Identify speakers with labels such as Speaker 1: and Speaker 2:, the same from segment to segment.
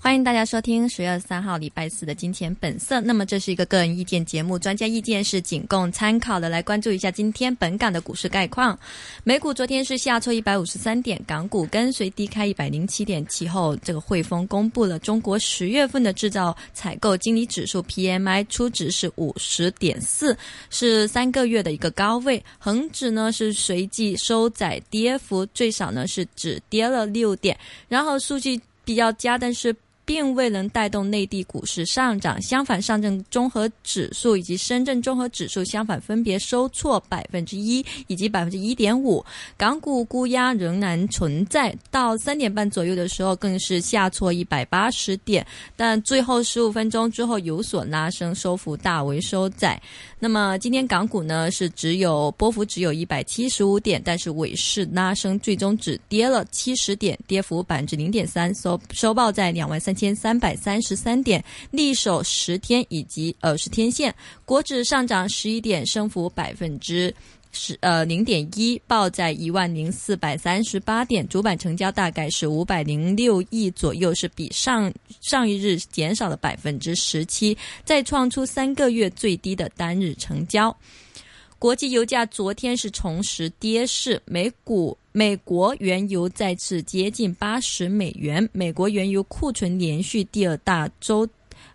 Speaker 1: 欢迎大家收听十月二十三号礼拜四的《金钱本色》。那么这是一个个人意见节目，专家意见是仅供参考的。来关注一下今天本港的股市概况。美股昨天是下挫一百五十三点，港股跟随低开一百零七点。其后，这个汇丰公布了中国十月份的制造采购经理指数 PMI 初值是五十点四，是三个月的一个高位。恒指呢是随即收窄跌幅，最少呢是只跌了六点。然后数据比较佳，但是。并未能带动内地股市上涨，相反，上证综合指数以及深圳综合指数相反分别收挫百分之一以及百分之一点五。港股估压仍然存在，到三点半左右的时候更是下挫一百八十点，但最后十五分钟之后有所拉升，收幅大为收窄。那么今天港股呢是只有波幅只有一百七十五点，但是尾市拉升，最终只跌了七十点，跌幅百分之零点三，收收报在两万三。三千三百三十三点，力守十天以及呃十天线。国指上涨十一点，升幅百分之十呃零点一，报在一万零四百三十八点。主板成交大概是五百零六亿左右，是比上上一日减少了百分之十七，再创出三个月最低的单日成交。国际油价昨天是重拾跌势，美股美国原油再次接近八十美元，美国原油库存连续第二大周，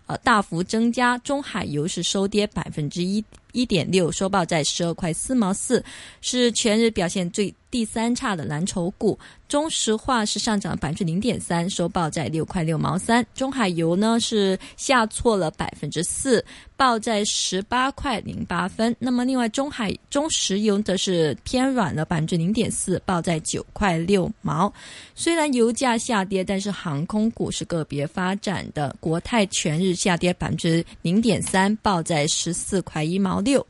Speaker 1: 呃大幅增加。中海油是收跌百分之一一点六，收报在十二块四毛四，是全日表现最第三差的蓝筹股。中石化是上涨百分之零点三，收报在六块六毛三。中海油呢是下挫了百分之四，报在十八块零八分。那么另外中海中石油则是偏软了百分之零点四，报在九块六毛。虽然油价下跌，但是航空股是个别发展的。国泰全日下跌百分之零点三，报在十四块一毛六。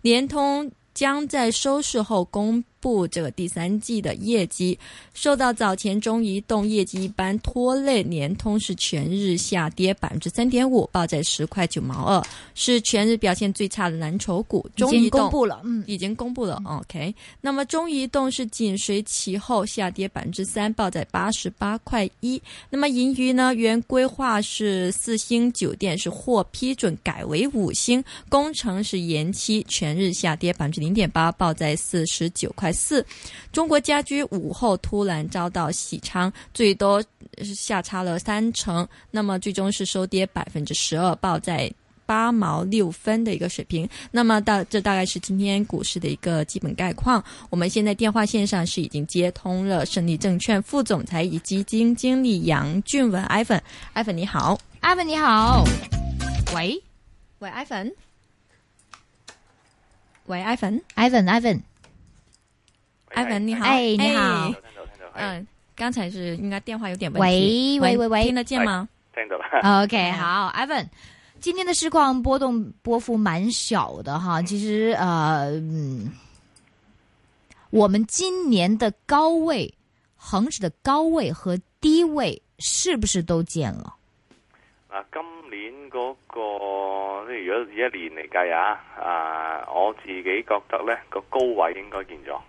Speaker 1: 联通。将在收市后公布这个第三季的业绩。受到早前中移动业绩一般拖累，联通是全日下跌百分之三点五，报在十块九毛二，是全日表现最差的蓝筹股。中移动
Speaker 2: 公布了，嗯，
Speaker 1: 已经公布了。OK，那么中移动是紧随其后下跌百分之三，报在八十八块一。那么盈余呢？原规划是四星酒店是获批准改为五星，工程是延期，全日下跌百分之零。零点八报在四十九块四，中国家居午后突然遭到洗仓，最多下差了三成，那么最终是收跌百分之十二，报在八毛六分的一个水平。那么大这大概是今天股市的一个基本概况。我们现在电话线上是已经接通了胜利证券副总裁以及基金经理杨俊文，iPhone，iPhone 你好
Speaker 2: ，iPhone 你好，喂
Speaker 1: 喂，iPhone。喂
Speaker 2: ，Ivan，Ivan，Ivan，Ivan，
Speaker 1: 你好，
Speaker 2: 哎，你好，
Speaker 3: 哎
Speaker 1: 嗯，刚才是应该电话有点问
Speaker 2: 题，喂喂喂喂，
Speaker 1: 听得见吗？
Speaker 3: 听到了。
Speaker 2: OK，好，Ivan，今天的市况波动波幅蛮小的哈，其实呃，嗯，我们今年的高位，恒指的高位和低位是不是都见了？
Speaker 3: 嗱，啊今年嗰、那個，即係如果以一年嚟計啊，啊，我自己覺得咧個高位應該見咗，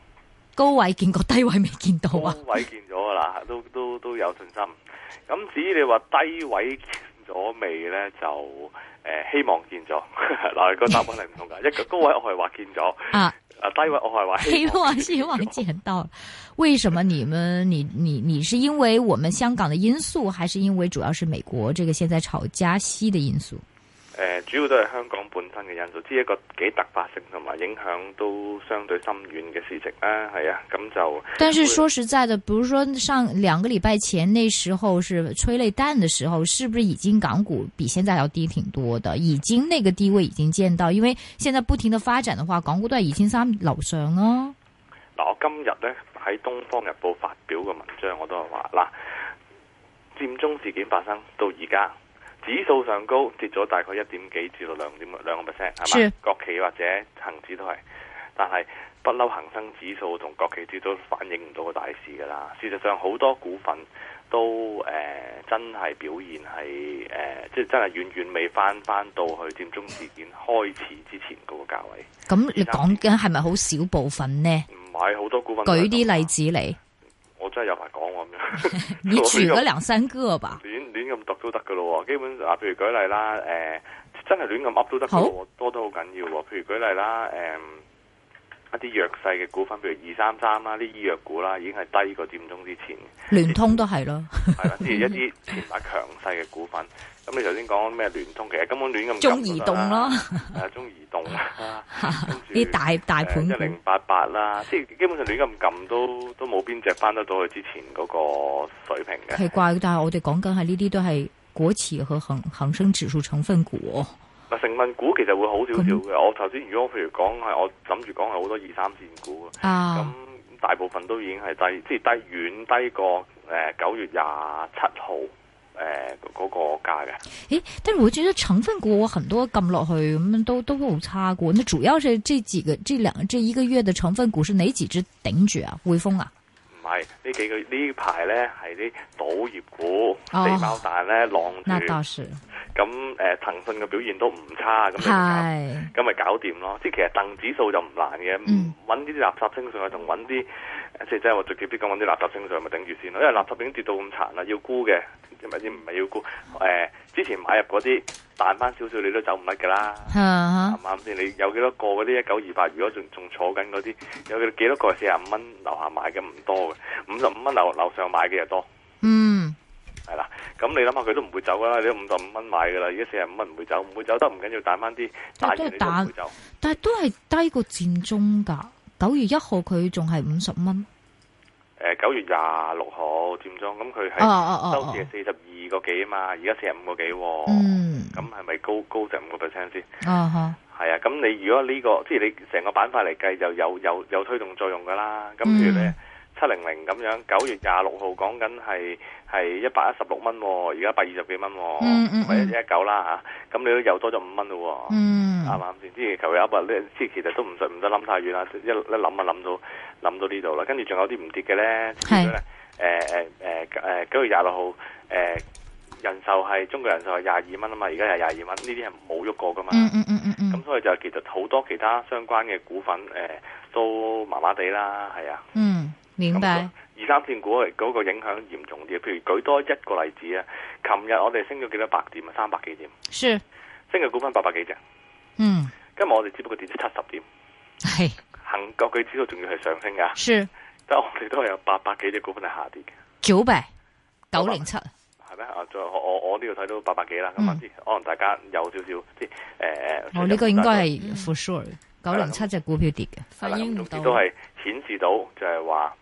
Speaker 2: 高位見過，低位未見到啊。
Speaker 3: 高位見咗噶啦，都都都有信心。咁至於你話低位見咗未咧，就誒、呃、希望見咗。 嗱個答案係唔同㗎，一個高位我係話見咗，
Speaker 2: 哦
Speaker 3: 啊，啊低位我係話
Speaker 2: 希望希望見到。為什麼你們你你你是因為我們香港的因素，還是因為主要是美國這個現在炒加息的因素？
Speaker 3: 誒、呃，主要都係香港本身嘅因素，即係一個幾突發性同埋影響都相對深遠嘅事情啦。係啊，咁就。
Speaker 2: 但是說實在的，比如說上兩個禮拜前，那時候是催淚彈的時候，是不是已經港股比現在要低挺多的？已經那個低位已經見到，因為現在不停的發展的話，港股都係二千三樓上咯、啊。
Speaker 3: 嗱，我今日咧喺《東方日報》發表嘅文章，我都係話嗱，佔中事件發生到而家，指數上高跌咗大概一點幾至到兩點兩個 percent，係嘛？國企或者恒指都係，但係不嬲恒生指數同國企指數都反映唔到個大市㗎啦。事實上好多股份都誒、呃真係表現係誒、呃即係真係遠遠未翻翻到去佔中事件開始之前嗰個價位。
Speaker 2: 咁你講緊係咪好少部分呢？
Speaker 3: 唔係好多股份。
Speaker 2: 舉啲例，子嚟，
Speaker 3: 我真係有排講喎咁樣。
Speaker 2: 你舉個兩三個吧。
Speaker 3: 亂亂咁揼都得噶咯喎，基本啊，譬如舉例啦，誒、真係亂咁噏都得㗎咯喎，多得好緊要喎。譬如舉例啦，誒、一啲弱勢嘅股份，譬如二三三啦，啲醫藥股啦，已經係低過佔中之 前，
Speaker 2: 聯通都係咯，
Speaker 3: 係啦，即係一啲前排強勢嘅股份。咁你頭先講咩聯通，其實根本亂咁
Speaker 2: 中移動咯，
Speaker 3: 誒啊中移動 啦，跟
Speaker 2: 啲
Speaker 3: 住
Speaker 2: 大大盤
Speaker 3: 呃一
Speaker 2: 股。
Speaker 3: 零八八啦，即係基本上亂咁撳都都冇邊只翻得到去之前嗰個水平嘅。
Speaker 2: 奇怪，但係我哋講緊係呢啲都係國企和恒恒生指數成分股喎。
Speaker 3: 嗱，成分股其實會好少少嘅。我頭先如果譬如講係，我諗住講係好多二三線股嘅，咁、
Speaker 2: 啊，
Speaker 3: 大部分都已經係低，即係低遠低過誒九、月廿七號誒嗰個價嘅。
Speaker 2: 诶，但是我觉得成分股我很多撳落去咁都都好差股。那主要是这几个这两这一个月的成分股是哪几只頂住啊？匯豐啊？
Speaker 3: 唔係呢幾個呢排咧係啲賭業股、
Speaker 2: 哦
Speaker 3: 地包蛋咧浪住，
Speaker 2: 那倒
Speaker 3: 咁
Speaker 2: 是，
Speaker 3: 誒騰訊嘅表現都唔差，咁你咪搞
Speaker 2: 係
Speaker 3: 咁咪搞掂咯。即係其實掟指數就唔難嘅，
Speaker 2: 嗯
Speaker 3: 揾呢啲垃圾升上去同揾啲呃即係即係我直接啲講揾啲垃圾升上去咪頂住先咯。因為垃圾已經跌到咁殘啦，要沽嘅唔係唔係要沽誒、呃之前買入嗰啲彈翻少少你都走唔甩㗎
Speaker 2: 啊
Speaker 3: 啦。啱
Speaker 2: 吓
Speaker 3: 唔啱先？你有幾多個嗰啲一九二八？如果仲仲坐緊嗰啲，有幾多個係四十五蚊樓下買嘅？唔多嘅，五十五蚊樓樓上買嘅又多，
Speaker 2: 嗯，
Speaker 3: 係啦。咁你諗下佢都唔會走噶啦，你都五十五蚊買噶啦，而家四十五蚊唔會走，唔會走得唔緊要，彈翻啲，彈
Speaker 2: 但
Speaker 3: 完
Speaker 2: 都係
Speaker 3: 你都唔會走。
Speaker 2: 但係都係低過佔中㗎。九月一號佢仲係五十蚊，
Speaker 3: 誒呃九月廿六號佔中，咁佢
Speaker 2: 哦
Speaker 3: 係
Speaker 2: 哦哦
Speaker 3: 收
Speaker 2: 哦
Speaker 3: 市係，四十二個幾啊嘛，而家四十五個幾喎。
Speaker 2: 嗯，
Speaker 3: 咁係咪高高成五個 percent 先？
Speaker 2: 啊哈，
Speaker 3: 係啊，咁你如果呢、個即係你成個板塊嚟計，就有有有推動作用㗎啦。咁譬如咧
Speaker 2: 嗯
Speaker 3: 七零零咁樣，九月廿六號講緊係係一百一十六蚊喎，而家百二十幾蚊喎，
Speaker 2: 嗯嗯
Speaker 3: 或者一一九啦嚇，咁你都又多咗五蚊咯喎。
Speaker 2: 嗯
Speaker 3: 啱唔啱先？即係求其噏啊！呢即係其實都唔使唔使諗太遠啦，一一諗啊諗到諗到呢度啦。跟住仲有啲唔跌嘅咧，
Speaker 2: 係
Speaker 3: 誒誒誒誒九月廿六號誒人壽係中國人壽係廿二蚊啊嘛，而家係廿二蚊，呢啲係冇喐過噶嘛。
Speaker 2: 嗯嗯嗯嗯
Speaker 3: 咁
Speaker 2: 嗯
Speaker 3: 所以就其實好多其他相關嘅股份誒、呃都麻麻地啦，係啊。
Speaker 2: 嗯，明白
Speaker 3: 咁。二三線股嗰個影響嚴重啲，譬如舉多一個例子啊，琴日我哋升咗幾多百點啊？三百幾點，
Speaker 2: 是，
Speaker 3: 升嘅股份八百幾隻，
Speaker 2: 嗯，
Speaker 3: 今日我哋只不過跌咗七十點，
Speaker 2: 係
Speaker 3: 恒國佢指數仲要係上升㗎，
Speaker 2: 是
Speaker 3: 但我哋都係有八百幾隻股份係下跌嘅，
Speaker 2: 九百九零七，
Speaker 3: 係咩啊？再我我我呢度睇到八百幾啦，咁
Speaker 2: 嗯
Speaker 3: 啊
Speaker 2: 哦
Speaker 3: 知，可能大家有少少即係誒誒，
Speaker 2: 我呢個應該
Speaker 1: 嗯
Speaker 2: 係 for sure，九零七隻股票跌嘅，
Speaker 3: 係
Speaker 1: 反
Speaker 3: 啦，
Speaker 1: 映
Speaker 3: 咁
Speaker 1: 唔
Speaker 3: 總
Speaker 1: 到
Speaker 3: 之。都係顯示到就係話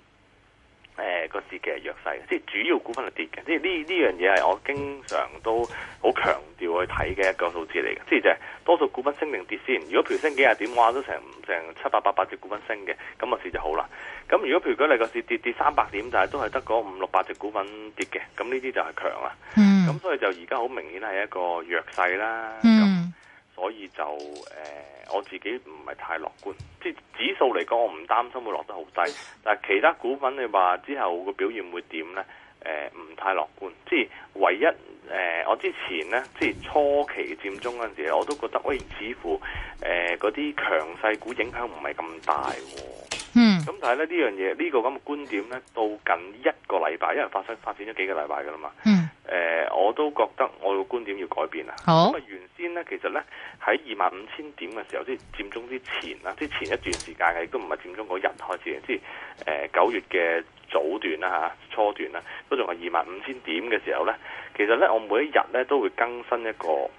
Speaker 3: 誒個市其實弱勢，即係主要股份係跌嘅。即係呢呢樣嘢係我經常都好強調去睇嘅一個數字嚟嘅。即係就係多數股份升定跌先。如果譬如升幾廿點，哇都成成七八百八隻股份升嘅，咁啊個市就好啦。咁啊如果譬如舉例個市跌跌三百點，但係都係得嗰五六百隻股份跌嘅，咁呢啲就係強啦。咁、
Speaker 2: 嗯
Speaker 3: 所以就而家好明顯係一個弱勢啦。咁、
Speaker 2: 嗯
Speaker 3: 所以就誒、呃我自己唔係太樂觀。即係指數嚟講，我唔擔心會落得好低，但係其他股份你話之後個表現會點呢？誒、唔太樂觀。即係唯一誒、呃我之前呢，即係初期佔中嗰陣時，我都覺得喂，似乎誒嗰啲強勢股影響唔係咁大喎。
Speaker 2: 嗯
Speaker 3: 咁但係咧呢樣嘢，呢、個咁嘅觀點呢，到近一個禮拜，因為發生發展咗幾個禮拜㗎啦嘛。
Speaker 2: 嗯，
Speaker 3: 誒、我都覺得我個觀點要改變啦。
Speaker 2: 好
Speaker 3: 因為原先呢，其實呢，喺二萬五千點嘅時候，即係佔中之前啦，即係前一段時間嘅，亦都唔係佔中嗰日開始嘅，即係誒呃九月嘅早段啦嚇，初段啦，都仲係二萬五千點嘅時候呢。其實呢，我每一日呢都會更新一個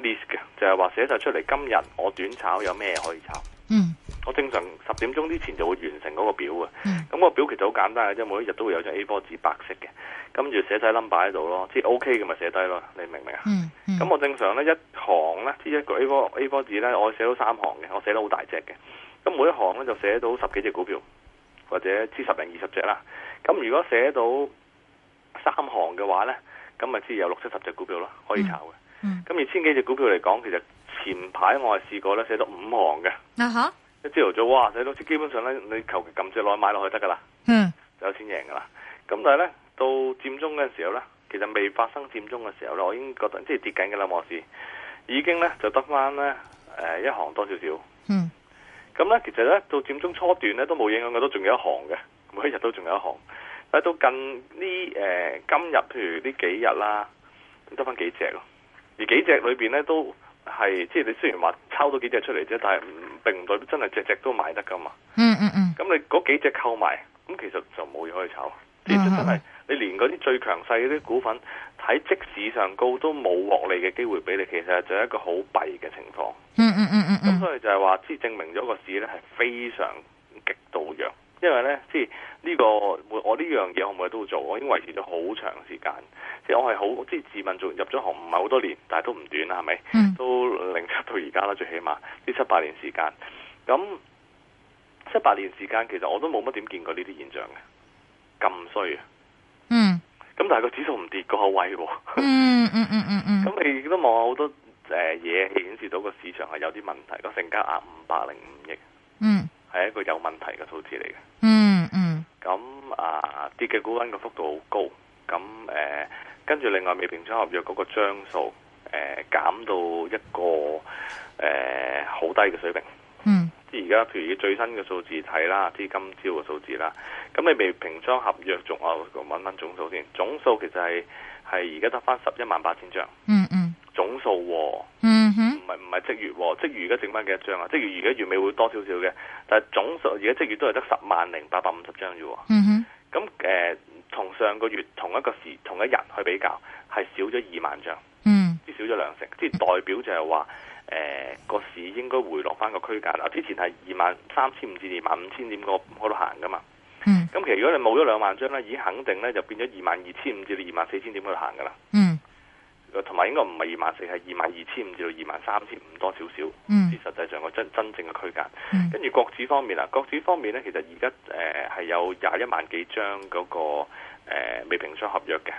Speaker 3: list 嘅，就係話寫晒出嚟，今日我短炒有咩可以炒。
Speaker 2: 嗯
Speaker 3: 我正常十點鐘之前就會完成嗰個表嘅，咁、
Speaker 2: 嗯
Speaker 3: 個表其實好簡單嘅啫，每一日都會有張 A4 紙白色嘅，跟住寫晒 number 喺度咯，即係 OK 嘅咪寫低咯，你明唔明啊？
Speaker 2: 嗯嗯，
Speaker 3: 咁、我正常呢，一行呢，即係一個 A4 A4 紙呢，我寫到三行嘅，我寫得好大隻嘅，咁每一行呢，就寫到十幾隻股票，或者知十零二十隻啦。咁如果寫到三行嘅話呢，咁咪知有六七十隻股票咯，可以炒嘅。
Speaker 2: 嗯
Speaker 3: 咁二千幾隻股票嚟講，其實前排我係試過呢，寫到五行嘅。
Speaker 1: 啊哈，
Speaker 3: 一朝頭早哇，睇到基本上咧，你求其撳隻落去買落去得噶啦，
Speaker 2: 嗯
Speaker 3: 就有錢贏噶啦。咁但係咧，到佔中嘅時候呢，其實未發生佔中嘅時候呢，我已經覺得即係跌緊嘅啦，我市已經呢，就得翻呢誒一行多少少。
Speaker 2: 嗯
Speaker 3: 咁呢，其實呢，到佔中初段呢，都冇影響嘅，都仲有一行嘅，每一日都仲有一行。但係到近呢誒、呃今日，譬如呢幾日啦，得翻幾隻咯。而幾隻裏邊呢，都係即係你雖然話抄到幾隻出嚟啫，但係唔並唔代表真係隻隻都買得噶嘛。
Speaker 2: 嗯嗯嗯，
Speaker 3: 咁你嗰幾隻購埋，咁其實就冇嘢可以炒。即
Speaker 2: 嗯
Speaker 3: 係真係你連嗰啲最強勢嗰啲股份喺即市上高都冇獲利嘅機會俾你，其實就係一個好弊嘅情況。
Speaker 2: 嗯嗯嗯嗯
Speaker 3: 咁、
Speaker 2: 嗯，
Speaker 3: 所以就係話，即係證明咗個市咧係非常極度弱，因為咧，即係呢個我我呢樣嘢我每日都做，我已經維持咗好長時間，即係我係好即係自問做入咗行唔係好多年，但係都唔短啦，係咪？
Speaker 2: 嗯
Speaker 3: 都零 七到而家啦，最起碼呢七八年時間，咁七八年時間其實我都冇乜點見過呢啲現象嘅，咁衰啊！
Speaker 2: 嗯
Speaker 3: 咁但係個指數唔跌過個位喎。
Speaker 2: 嗯嗯嗯嗯嗯，
Speaker 3: 咁你都望下好多誒嘢顯示到個市場係有啲問題，個成交額五百零五億
Speaker 2: 嗯
Speaker 3: 係一個有問題嘅數字嚟嘅。
Speaker 2: 嗯嗯
Speaker 3: 咁啊跌嘅股份個幅度好高，咁誒跟住另外未平倉合約嗰個張數誒減呃到一個誒好、低嘅水平。
Speaker 2: 嗯
Speaker 3: 即係而家譬如最新嘅數字睇啦，即係今朝嘅數字啦。咁你未平倉合約仲我揾翻總數先，總數其實係係而家得翻十一萬八千張
Speaker 2: 嗯嗯
Speaker 3: 總數喎、
Speaker 2: 嗯哼，
Speaker 3: 唔係唔係即月喎，即月而家剩翻幾多張啊？即月而家月尾會多少少嘅，但係總數而家即月都係得十萬零八百五十張啫喎。
Speaker 2: 嗯哼，
Speaker 3: 咁誒、呃同上個月同一個時同一日去比較，係少咗二萬張，
Speaker 2: 嗯
Speaker 3: 即少咗兩成，即係代表就係話誒個市應該回落翻個區間啦。之前係二萬三千五至二萬五千點嗰嗰度行噶嘛。
Speaker 2: 嗯
Speaker 3: 咁其實如果你冇咗兩萬張咧，已經肯定咧就變咗二萬二千五至到二萬四千點嗰度行噶啦。
Speaker 2: 嗯
Speaker 3: 同埋應該唔係二萬四，係二萬二千五至到二萬三千五多少少。
Speaker 2: 嗯
Speaker 3: 至實際上個真真正嘅區間。
Speaker 2: 嗯
Speaker 3: 跟住國指方面啦，國指方面咧，其實而家呃誒係有廿一萬幾張嗰、個、呃、未平倉合約嘅，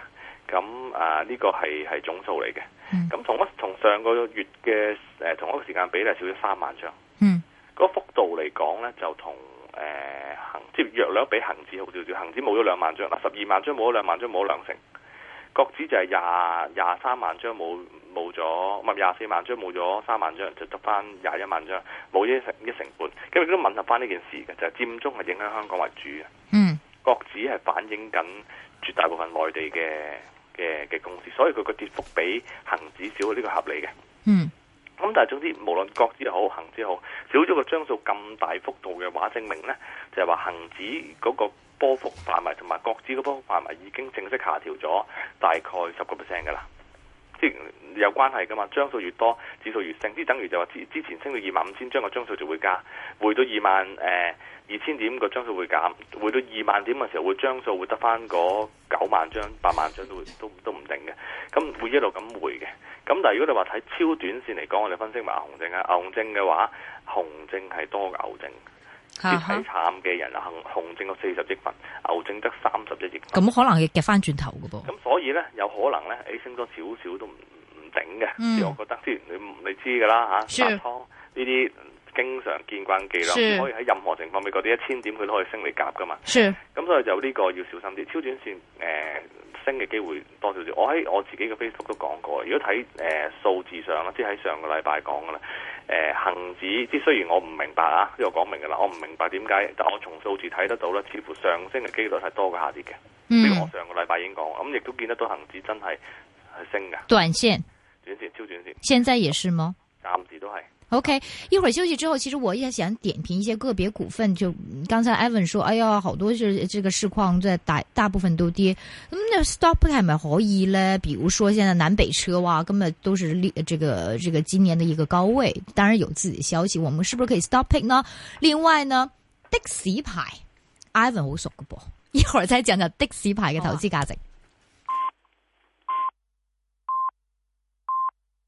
Speaker 3: 咁啊呢個係係總數嚟嘅。
Speaker 2: 嗯
Speaker 3: 咁同一同上個月嘅誒、呃同一個時間比例少咗三萬張，
Speaker 2: 嗯
Speaker 3: 嗰、幅度嚟講咧就同誒恆即係約略比恒指好少少，恒指冇咗兩萬張，嗱十二萬張冇咗兩萬張冇咗兩成，國指就係廿廿三萬張冇冇咗，唔係廿四萬張冇咗三萬張，就得翻廿一萬張，冇一成一成半，咁亦都吻合翻呢件事嘅，就係、佔中係影響香港為主嘅，
Speaker 2: 嗯
Speaker 3: 國指係反映緊絕大部分內地嘅嘅嘅公司，所以佢個跌幅比恒指少，呢、個合理嘅。
Speaker 2: 嗯
Speaker 3: 咁但係總之，無論國指又好，恒指又好，少咗個張數咁大幅度嘅話，證明呢就係話恒指嗰個波幅範圍同埋國指嗰波幅範圍已經正式下調咗大概十個 percent 㗎啦。即係有關係㗎嘛，張數越多，指數越升，即係等於就話之之前升到二萬五千張個張數就會加，回到二萬誒二千點個張數會減，回到二萬點嘅時候會張數會得翻嗰九萬張、八萬張都會都都唔定嘅，咁會一路咁回嘅。咁但係如果你話睇超短線嚟講，我哋分析埋牛熊證啊，牛熊證嘅話，熊證係多過牛證，
Speaker 2: 吓
Speaker 3: 啲睇淡嘅人啊，熊熊證有四十億份，牛證得三十一億份。
Speaker 2: 咁可能要夾翻轉頭噶噃，
Speaker 3: 咁所以咧，有可能咧，誒升多少少都唔唔頂嘅。
Speaker 2: 嗯
Speaker 3: 即係我覺得，之前你你知㗎啦
Speaker 2: 是
Speaker 3: 嚇，殺倉呢啲經常見慣技啦，
Speaker 2: 是
Speaker 3: 唔可以喺任何情況美國啲一千點佢都可以升你夾㗎嘛。
Speaker 2: 是，
Speaker 3: 咁所以就呢個要小心啲，超短線誒、呃升嘅機會多少少。我喺我自己嘅 Facebook 都講過，如果睇誒、呃、數字上啦，即係喺上個禮拜講噶啦，誒、呃、恆指即係雖然我唔明白啊，呢個講明噶啦，我唔明白點解，但我從數字睇得到咧，似乎上升嘅機率係多過下跌嘅。
Speaker 2: 嗯
Speaker 3: 呢個我上個禮拜已經講，咁亦都見得到恒指真係係升㗎，
Speaker 2: 短線
Speaker 3: 短線、超短線，
Speaker 2: 現在也是嗎？
Speaker 3: 暫時都係。
Speaker 2: OK，一会儿休息之后，其实我也想点评一些个别股份。就嗯刚才 Evan 说，哎呀，好多是这个市况在大大部分都跌，咁那 stop 系咪可以呢？比如说现在南北车哇，根本都是历这个这个今年的一个高位，当然有自己的消息，我们是不是可以 stop pick 呢？另外呢，的士牌，Evan 好熟嘅噃，一会儿再讲讲的士牌嘅投资价值。啊